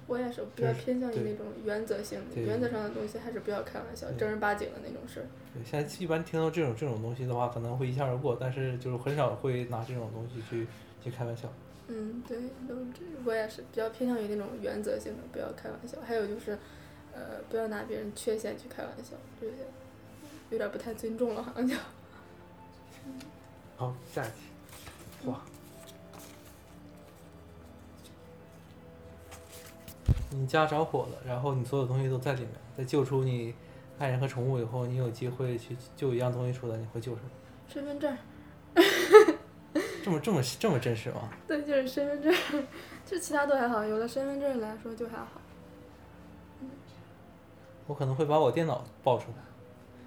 我也是比较就是偏向于对那种原则性的、对原则上的东西，还是不要开玩笑，对正儿八经的那种事儿。对，现在一般听到这种这种东西的话，可能会一笑而过，但是就是很少会拿这种东西去去开玩笑。嗯，对，都是这，我也是比较偏向于那种原则性的，不要开玩笑。还有就是，呃，不要拿别人缺陷去开玩笑，这些有点不太尊重了，好像就。 好，下一题。哇，你家着火了，然后你所有东西都在里面，在救出你爱人和宠物以后，你有机会去救一样东西出来，你会救什么？身份证儿，这么这么这么真实吗？对，就是身份证儿，就其他都还好，有了身份证儿来说就还好。我可能会把我电脑爆出来。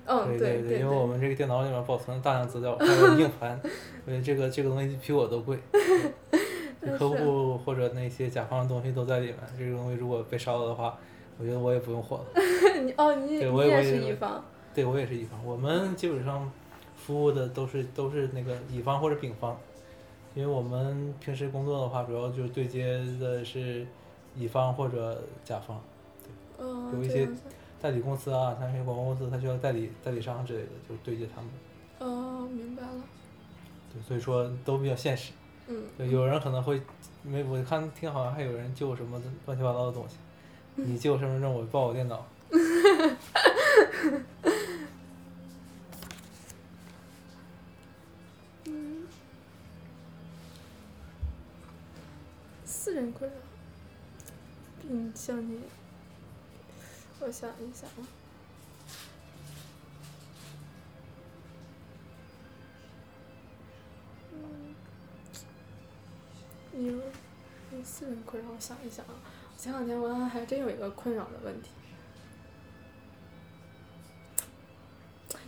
嗯，对对对对，因为我们这个电脑里面保存了大量资料，还有硬盘， 所以这个这个东西比我都贵。嗯客是户或者那些甲方的东西都在里面，这个东西如果被烧了的话，我觉得我也不用火了。你哦，你对你我也也我也是认为乙方，对我也是乙方，我们基本上服务的都是都是那个乙方或者丙方，因为我们平时工作的话，主要就对接的是乙方或者甲方，嗯，有一这些样子代理公司啊，像一些广告公司，它需要代理代理商之类的，就对接他们。哦，明白了，对，所以说都比较现实。嗯，对，有人可能会没，我看听好像还有人救什么的乱七八糟的 东西，你救身份证，我抱我电脑。私人困扰，嗯，像你，我想一想啊，嗯，有有私人困扰，我想一想啊，我前两天我还真有一个困扰的问题，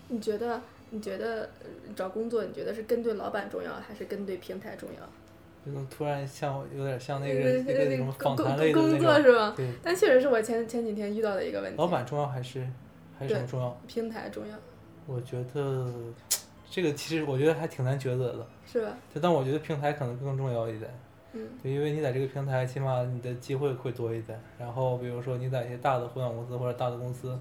你觉得你觉得呃找工作，你觉得是跟对老板重要，还是跟对平台重要？就突然像我有点像那对个对那个对什么访工工谈类的工作那种，是吧？对，但确实是我前前几天遇到的一个问题。老板重要还是还是什么重要？平台重要我觉得这个其实我觉得还挺难抉择的，是吧？就但我觉得平台可能更重要一点，嗯对，因为你在这个平台，起码你的机会会多一点。然后比如说你在一些大的互联网公司或者大的公司，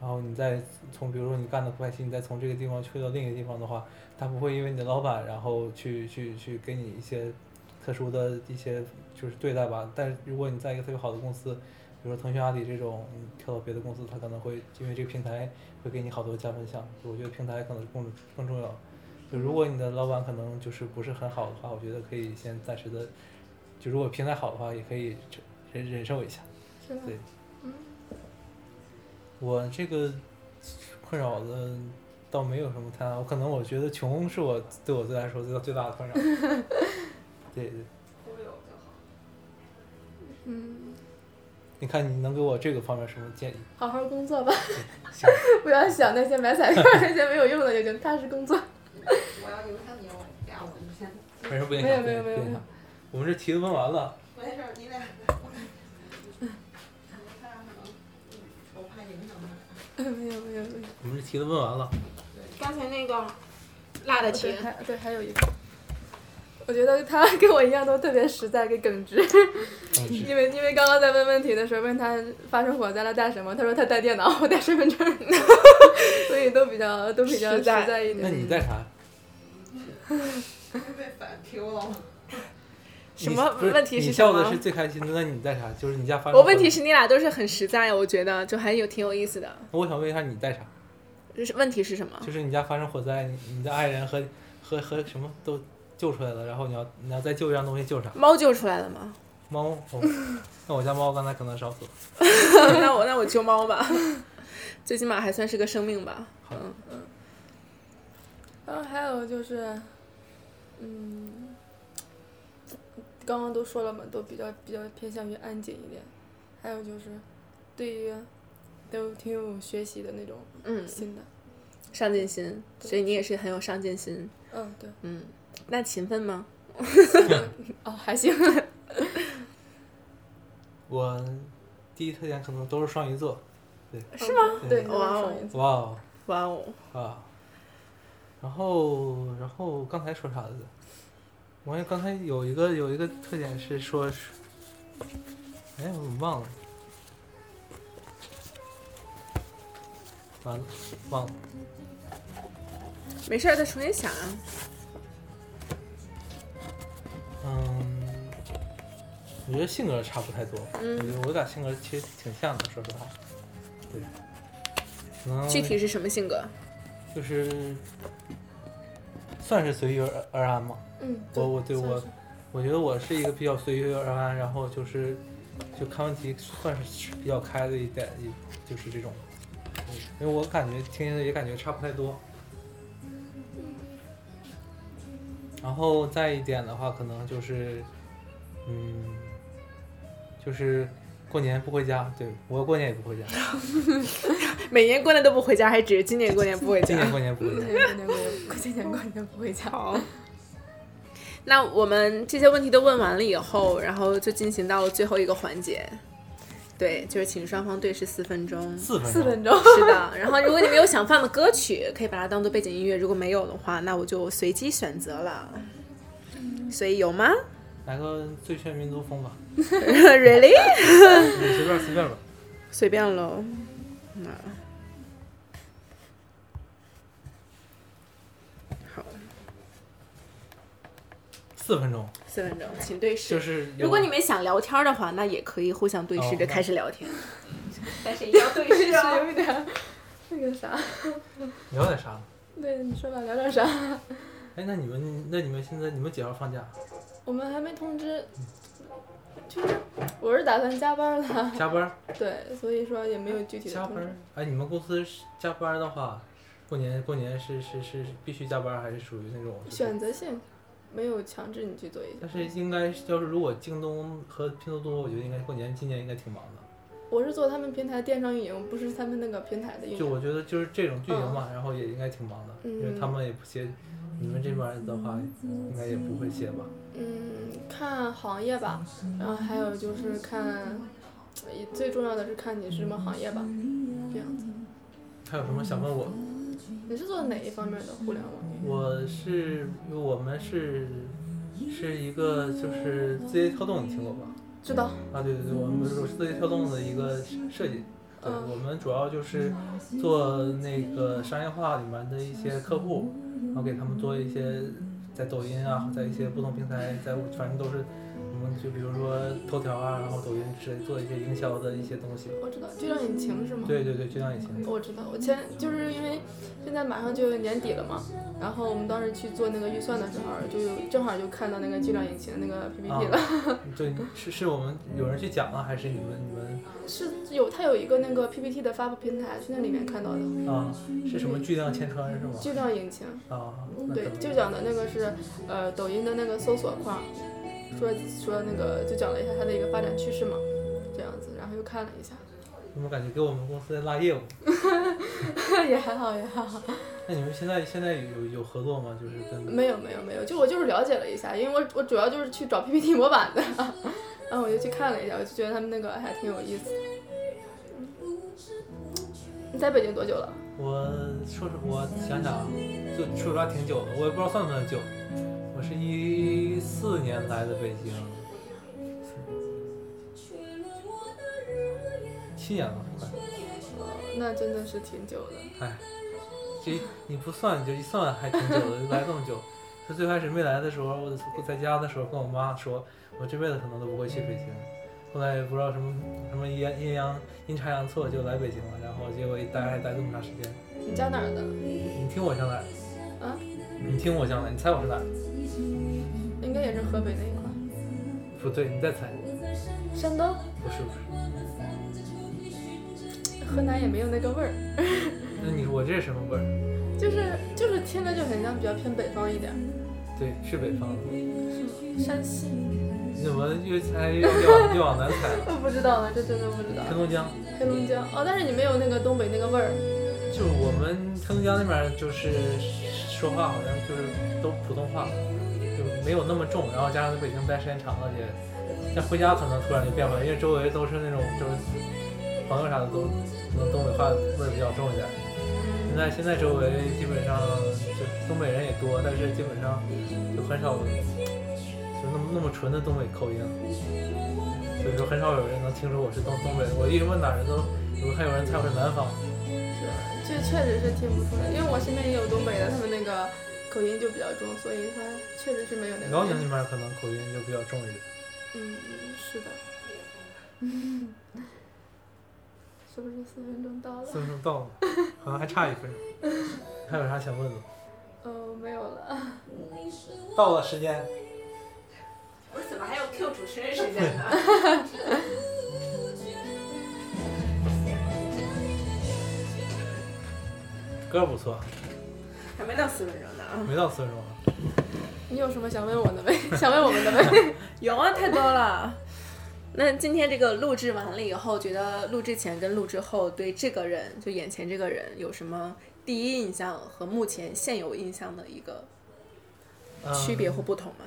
然后你再从比如说你干的不开心，你再从这个地方去到另一个地方的话，他不会因为你的老板然后去去去给你一些特殊的一些就是对待吧。但是如果你在一个特别好的公司，比如说腾讯、阿里这种，你跳到别的公司，他可能会因为这个平台会给你好多加分项。我觉得平台可能更更重要。就如果你的老板可能就是不是很好的话，我觉得可以先暂时的，就如果平台好的话，也可以忍忍受一下。是嗯吧？对我这个困扰的倒没有什么太大，我可能我觉得穷是我对我来说最大最大的困扰。 对对，忽悠就好。嗯，你看你能给我这个方面什么建议？好好工作吧， 行，不要想那些买彩票那些没有用的就行，踏实工作。 我要留下你，我俩我们先。没事，不影没有响，不没有影没有响不没影有响。我们这题都问完了，没事儿，你俩。他俩可能，我怕影响他。没有没有没有，我们这题都问完 了。刚才那个辣的题，对还对还有一个，我觉得他跟我一样都特别实在，跟耿 直。嗯是因为因为刚刚在问问题的时候，问他发生火灾了带什么，他说他带电脑，我带身份证， 所以都比较都比较实实在在一那点。你带啥？会被反 Q 了吗？什你么不是问题你是什笑的么是最开心的，那你带啥？就是你家发生我问火题灾，是你俩都是很实在，我觉得就还有挺有意思的。我想问一下你带啥？就是问题是什么？就是你家发生火灾，你你的爱人和和和什么都救出来了，然后你要你要再救一样东西，救啥？猫救出来了吗？ 猫，哦那我家猫刚才可能烧死了。那我那我救猫吧， 最起码还算是个生命吧。好嗯嗯，然后还有就是，嗯，刚刚都说了嘛，都比较比较偏向于安静一点。还有就是，对于都挺有学习的那种嗯，心的。上进心，所以你也是很有上进心。嗯，对，嗯，那勤奋吗？哦，还行。我第一特点可能都是双鱼座，是吗对，哇哦双鱼座哇哦哇哦，啊！然后然后刚才说啥来着？我也刚才有一个有一个特点是说是，哎，我怎么忘了？完了，忘了。没事儿，再重新想啊。嗯，我觉得性格差不太多。我觉嗯，得我俩性格其实挺像的，说实话。对，可能具体是什么性格？就是算是随遇而而安嘛。嗯，我我对算我是我觉得我是一个比较随遇而安，然后就是就看问题算是比较开的一点，一就是这种。嗯因为我感觉听的也感觉差不太多。然后再一点的话，可能就是，嗯，就是过年不回家，对我过年 也不回家，每年过年都不回家，还只是今年过年不回今家。年过年不回今家。年过年过 年，今年过年不回家。好。那我们这些问题都问完了以后，然后就进行到最后一个环节，对，就是请双方对视四分钟。四分四钟，分钟。是 的，然后如果你们有想放的歌曲，可以把它当做背景音乐；如果没有的话，那我就随机选择了。所以有吗 来个最炫民族风吧， ？Really？你随便随便吧。随便喽。那好，四分钟，四分钟，请对视。啊就是有如果你们想聊天的话，那也可以互相对视着哦开始聊天，但是一定要对视哦。有一点那个啥，聊点啥呢？对你说吧，聊点啥？哎，那你们那你们现在你们几号放假？我们还没通知，嗯就是我是打算加班的，加班儿？对，所以说也没有具体的加通班知儿。？哎，你们公司是加班儿的话，过年过年是是是是必须加班儿，还是属于那种？就是选择性，没有强制你去做一些。但是应该是要是如果京东和拼多多，我觉得应该过年今年应该挺忙的。我是做他们平台电商运营，不是他们那个平台的运就营。我觉得就是这种运营嘛，然后也应该挺忙的，因为他们也不歇。你们这边儿的话，应该也不会歇吧？嗯，看行业吧，然后还有就是看，也最重要的是看你是什么行业吧，这样子。还有什么想问我？你是做哪一方面的互联网？我是因为我们是是一个就是字节跳动，你听过吧？知道，啊，对对对，我们我是字节跳动的一个设计，对嗯我们主要就是做那个商业化里面的一些客户，然后给他们做一些在抖音啊，在一些不同平台，在反正都是我们就比如说头条啊，然后抖音之类做一些营销的一些东西。我知道，就像引擎是吗？对对对，就像以前。我知道，我前就是因为现在马上就年底了嘛，然后我们当时去做那个预算的时候，就有正好就看到那个巨量引擎那个 PPT 了，对，是是我们有人去讲啊，还是你们你们是有它有一个那个 PPT 的发布平台，去那里面看到的啊？是什么巨量千川是吗？巨量引擎，啊，那对可，能就讲的那个是呃抖音的那个搜索框，说说那个就讲了一下它的一个发展趋势嘛，这样子，然后又看了一下， 怎么感觉给我们公司在拉业务？也还好也还好，那你们现在现在有有合作吗？就是跟没有没有没有，就我就是了解了一下，因为我我主要就是去找 PPT 模板的， 然后我就去看了一下，我就觉得他们那个还挺有意思的。你在北京多久了？我说实我想想啊，就说实话挺久的，我也不知道算不算久。我是一四年来的北京，七年了，快。那真的是挺久的。哎，就你不算，就一算还挺久的，来这么久。就最开始没来的时候，我我在家的时候跟我妈说，我这辈子可能都不会去北京。后来也不知道什么什么阴阴阳阴差阳错就来北京了，然后结果一待还待这么长时间。你家哪儿的？你听我向来，啊，你听我向来，你猜我是哪儿？应该也是河北那一块。不对，你再猜，山东、不是不是。河南也没有那个味儿，那你说我这是什么味儿？就是就是听着就很像比较偏北方一点。对，是北方的。山西？你怎么越猜越越往越往南猜 了？我哦不知道了，这真的不知道黑。龙江。黑龙江哦，但是你没有那个东北那个味儿。就是我们黑龙江那边儿就是说话好像就是都普通话，就没有那么重，然后加上在北京待时间长了也，像回家可能突然就变化，因为周围都是那种就是朋友啥的都可能东北话味儿比较重一点。现在现在周围基本上就是东北人也多，但是基本上就很少有就那么那么纯的东北口音，所以说很少有人能听出我是东东北的。我一直问哪儿的都，有还有人猜我是南方。这确实是听不出来，因为我身边也有东北的，他们那个口音就比较重，所以他确实是没有那个。辽宁那边可能口音就比较重一点。嗯，是的。是不是四分钟到了？四分钟到了， 好像还差一分钟。还有啥想问的？哦，没有了。 到了时间，我怎么还有 Q 主持人时间呢？歌不错，还没到四分钟呢啊！没到四分钟啊。你有什么想问我的没？ 想问我们的没？有啊，太多了。那今天这个录制完了以后，觉得录制前跟录制后对这个人，就眼前这个人有什么第一印象和目前现有印象的一个嗯区别或不同吗？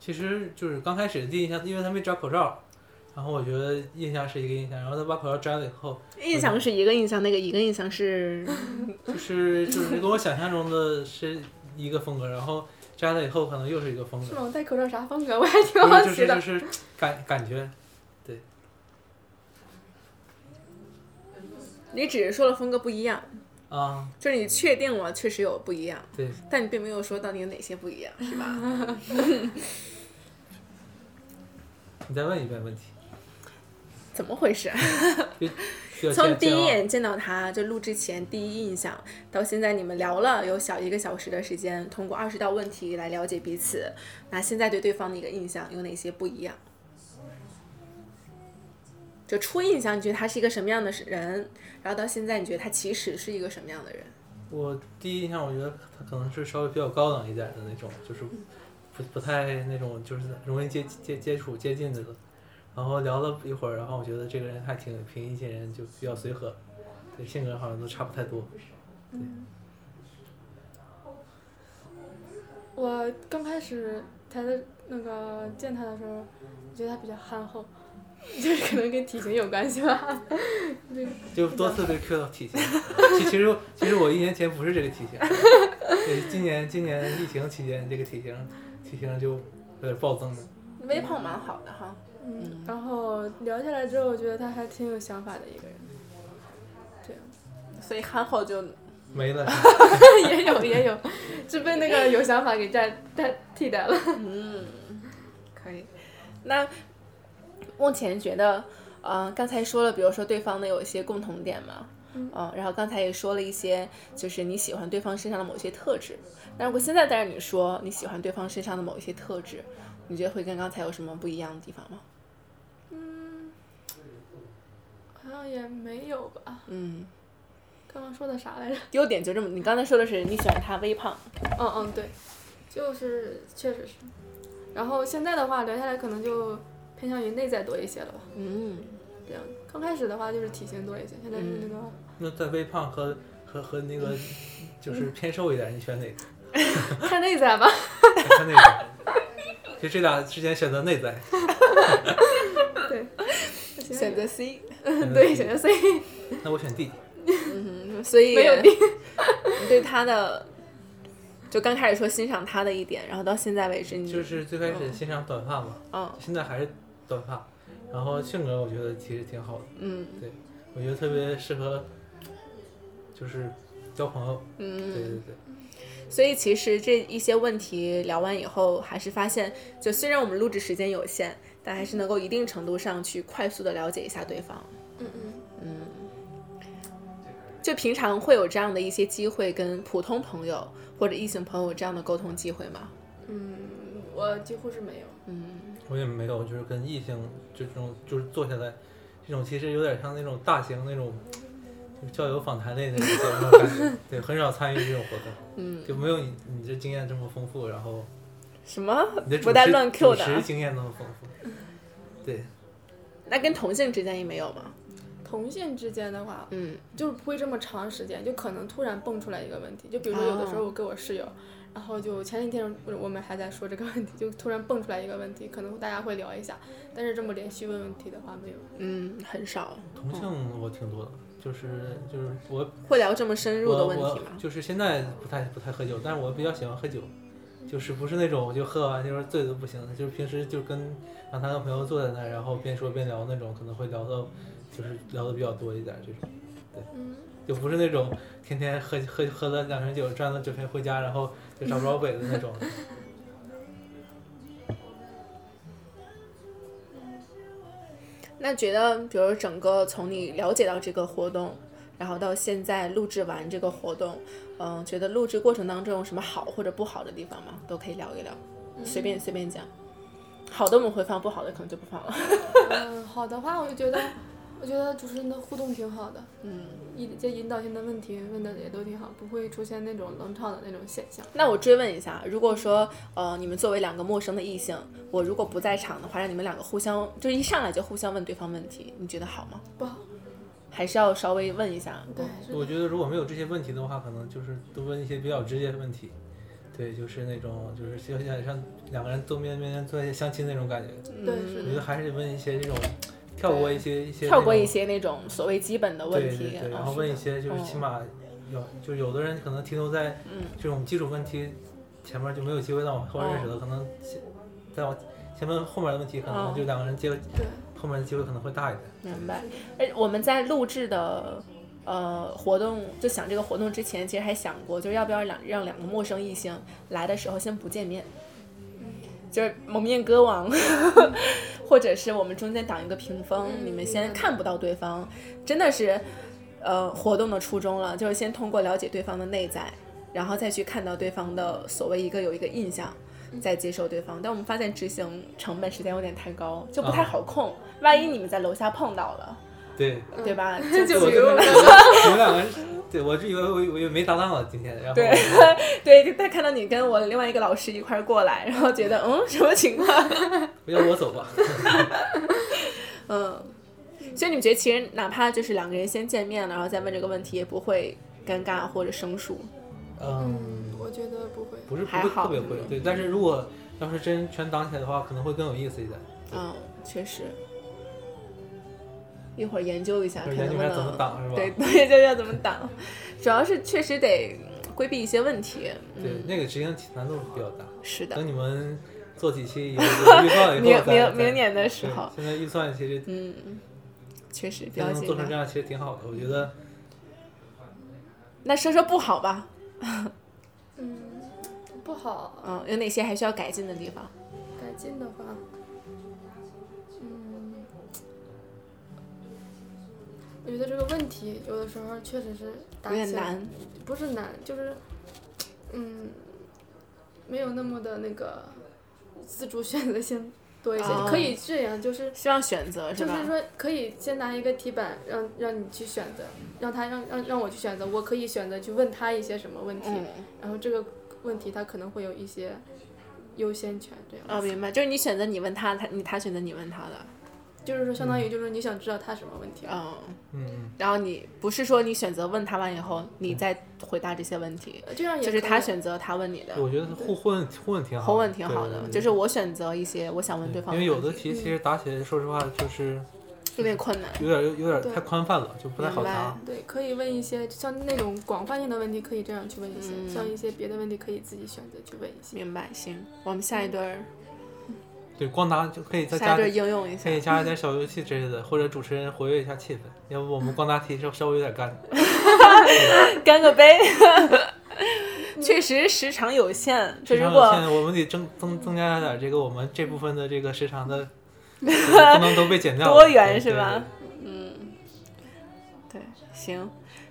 其实就是刚开始第一印象，因为他没摘口罩，然后我觉得印象是一个印象，然后他把口罩摘了以后，印象是一个印象，那个一个印象 是，就是就是跟我想象中的是一个风格，然后摘了以后可能又是一个风是 格，吗？我戴口罩啥风格？我还挺好嗯就奇是就的。是就是感感觉，你只是说了风格不一样，啊、就是你确定了确实有不一样，对，但你并没有说到底有哪些不一 样，是吧？你再问一 遍问题，怎么回事？比较从健第健一忘眼见到他，就录之前第一印象，到现在你们聊了有小一个小时的时间，通过二十道问题来了解彼此。那现在对对方的一个印象有哪些不一样？就初印象，你觉得他是一个什么样的人？然后到现在，你觉得他其实是一个什么样的人？我第一印象，我觉得他可能是稍微比较高冷一点的那种，就是不不太那种，就是容易接接接触接近的了。然后聊了一会儿，然后我觉得这个人还挺平易近人，就比较随和，对性格好像都差不太多。我刚开始他的那个见他的时候，我觉得他比较憨厚， 就是可能跟体型有关系吧。 嗯就多次被 Q 到体型，其其实其实我一年前不是这个体型，对，今年今年疫情期间这个体型体型就有点暴增了。微胖蛮好的哈，嗯，然后聊下来之后，我觉得他还挺有想法的一个人。对，所以憨厚就没了。 也有也有，是被那个有想法给占代替代了。 可以。那目前觉得，呃，刚才说了，比如说对方的有一些共同点嘛，嗯、然后刚才也说了一些，就是你喜欢对方身上的某些特质。那如果现在再让你说你喜欢对方身上的某一些特质，你觉得会跟刚才有什么不一样的地方吗？好像也没有吧？嗯，刚刚说的啥 来着？优点就这么，你刚才说的是你喜欢他微胖，嗯嗯，对，就是确实是。然后现在的话聊下来，可能就偏向于内在多一些了吧。嗯，这样，刚开始的话就是体型多一些，现在是那个、那在微胖和和和那个就是偏瘦一点，你选哪个？看内在吧。看那个。其实这俩之间选择内在，对，选择 C，对嗯选择 C，那我选 D。所以 嗯没有你对他的，就刚开始说欣赏他的一点，然后到现在为止你就是最开始欣赏短发嘛，嗯现在还是短发。然后性格我觉得其实挺好的，嗯对我觉得特别适合，就是交朋友。对嗯，对对，所以其实这一些问题聊完以后，还是发现，就虽然我们录制时间有限，但还是能够一定程度上去快速的了解一下对方。嗯嗯，就平常会有这样的一些机会，跟普通朋友或者异性朋友有这样的沟通机会吗？我几乎是没有。我也没有就是跟异性就这种就是坐下来，这种其实有点像那种大型那种。就是交友访谈类的那种那种感觉，对，很少参与这种活动，嗯，就没有你你这经验这么丰富，然后什么你的？主不带持乱 Q 的主持啊。经验那么丰富，对，那跟同性之间也没有吗？同性之间的话，嗯，就是不会这么长时间，就可能突然蹦出来一个问题，就比如说有的时候我跟我室友，然后就前几天我我们还在说这个问题，就突然蹦出来一个问题，可能大家会聊一下，但是这么连续问问题的话没有。嗯，很少同性我挺多的，就是就是我会聊这么深入的我问我题吗？就是现在不太不太喝酒，但是我比较喜欢喝酒，就是不是那种就喝完就是醉的不行，就是平时就跟让他跟朋友坐在那儿，然后边说边聊那种，可能会聊到就是聊的比较多一点这种，对，就不是那种天天喝喝喝了两瓶酒赚了酒钱回家，然后就找不着北的那种。那觉得，比如整个从你了解到这个活动，然后到现在录制完这个活动，嗯，觉得录制过程当中有什么好或者不好的地方吗？都可以聊一聊，随嗯便随便讲。好的我们会放，不好的可能就不放了。 嗯，好的话，我就觉得，我觉得主持人的互动挺好的，嗯，一些引导性的问题问的也都挺好，不会出现那种冷场的那种现象。那我追问一下，如果说，呃，你们作为两个陌生的异性，我如果不在场的话，让你们两个互相，就是一上来就互相问对方问题，你觉得好吗？不好，还是要稍微问一下。对，我觉得如果没有这些问题的话，可能就是多问一些比较直接的问题，对，就是那种就是就像像两个人都面面面做一些相亲那种感觉。嗯对是我觉得还是问一些这种跳过一些一些跳过那一种些那种所谓基本的问对题对对，，然啊后问一些就是嗯起码有，就有的人可能停留在这种基础问题前面就没有机会再往后认哦识了，可能先再往前面后面的问题可能哦就两个人接对，后面的机会可能会大一点。明白。哎，我们在录制的呃活动，就想这个活动之前，其实还想过，就是要不要两让两个陌生异性来的时候先不见面，就是蒙面歌王， 或者是我们中间挡一个屏风，嗯你们先看不到对方，真的是呃活动的初衷了，就是先通过了解对方的内在，然后再去看到对方的所谓一个有一个印象。再接受对方，但我们发现执行成本时间有点太高，就不太啊好控。万一你们在楼下碰到了，对，对吧？就我就跟是 你们两个人，对我这以为我以为没搭档了今天，然后对对，就他看到你跟我另外一个老师一块儿过来，然后觉得嗯什么情况？要不我 走吧。嗯，所以你们觉得其实哪怕就是两个人先见面了，然后再问这个问题，也不会尴尬或者生疏。嗯，我觉得不会。不是不还会好嗯特别会，对，但是如果要是真全挡起来的话，可能会更有意思一点。嗯，确实。一会儿研究一下，就看是能研究不一下能怎么挡是吧？对，研究一下怎么挡。主要是确实得嗯规避一些问题。对，那个执行难度比较大。是的，等你们做 几期有有预算以明后再再明明年的时候对，现在预算其实嗯，确实比较能做紧成这张。样，其实挺好的。我觉得那说说不好吧，嗯，不好，嗯，有哪些还需要改进的地方？改进的话，嗯，我觉得这个问题有的时候确实是答有点起来难，不是难，就是，嗯，没有那么的那个自主选择性多一些，哦可以这样，就是希望选择是就吧？是说可以先拿一个题板让让你去选择，让他让让让我去选择，我可以选择去问他一些什么问题，嗯，然后这个问题他可能会有一些优先权，这样，哦，明白，就是你选择你问他，他你他选择你问他的，就是说相当于就是你想知道他什么问题，嗯，嗯，然后你不是说你选择问他完以后，你再回答这些问题，呃这样也就是可他以选择他问你的，我觉得互混互混挺好的，口吻挺好哦对的，对就对是我选择一些我想问对方因的嗯为问题，有的题其实答起来，说实话就是有点困难，有点有点对太宽泛了，就不太好答。对，可以问一些像那种广泛性的问题，可以这样去问一些；嗯像一些别的问题，可以自己选择去问一些。明白，行，我们下一对儿，对，光答就可以再下加一对儿应用一下可，以加一点小游戏之类的，或者主持人活跃一下气氛。要不我们光答题稍稍微有点干。干个 杯。确实时长有限，就时如长有果限，我们得增增增加点这个我们这部分的这个时长的， 不能都被减掉了。多元对是吧？嗯对对，行，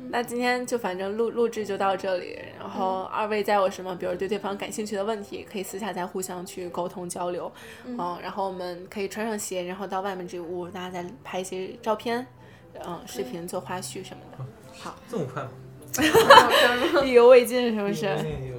那今天就反正录录制就到这里。然后二位再有什么，比如对对方感兴趣的问题，可以私下再互相去沟通交流。嗯、然后我们可以穿上鞋，然后到外面这个屋，大家再拍一些照片，嗯，视频做花絮什么的，这么快吗？意犹未尽是不是？嗯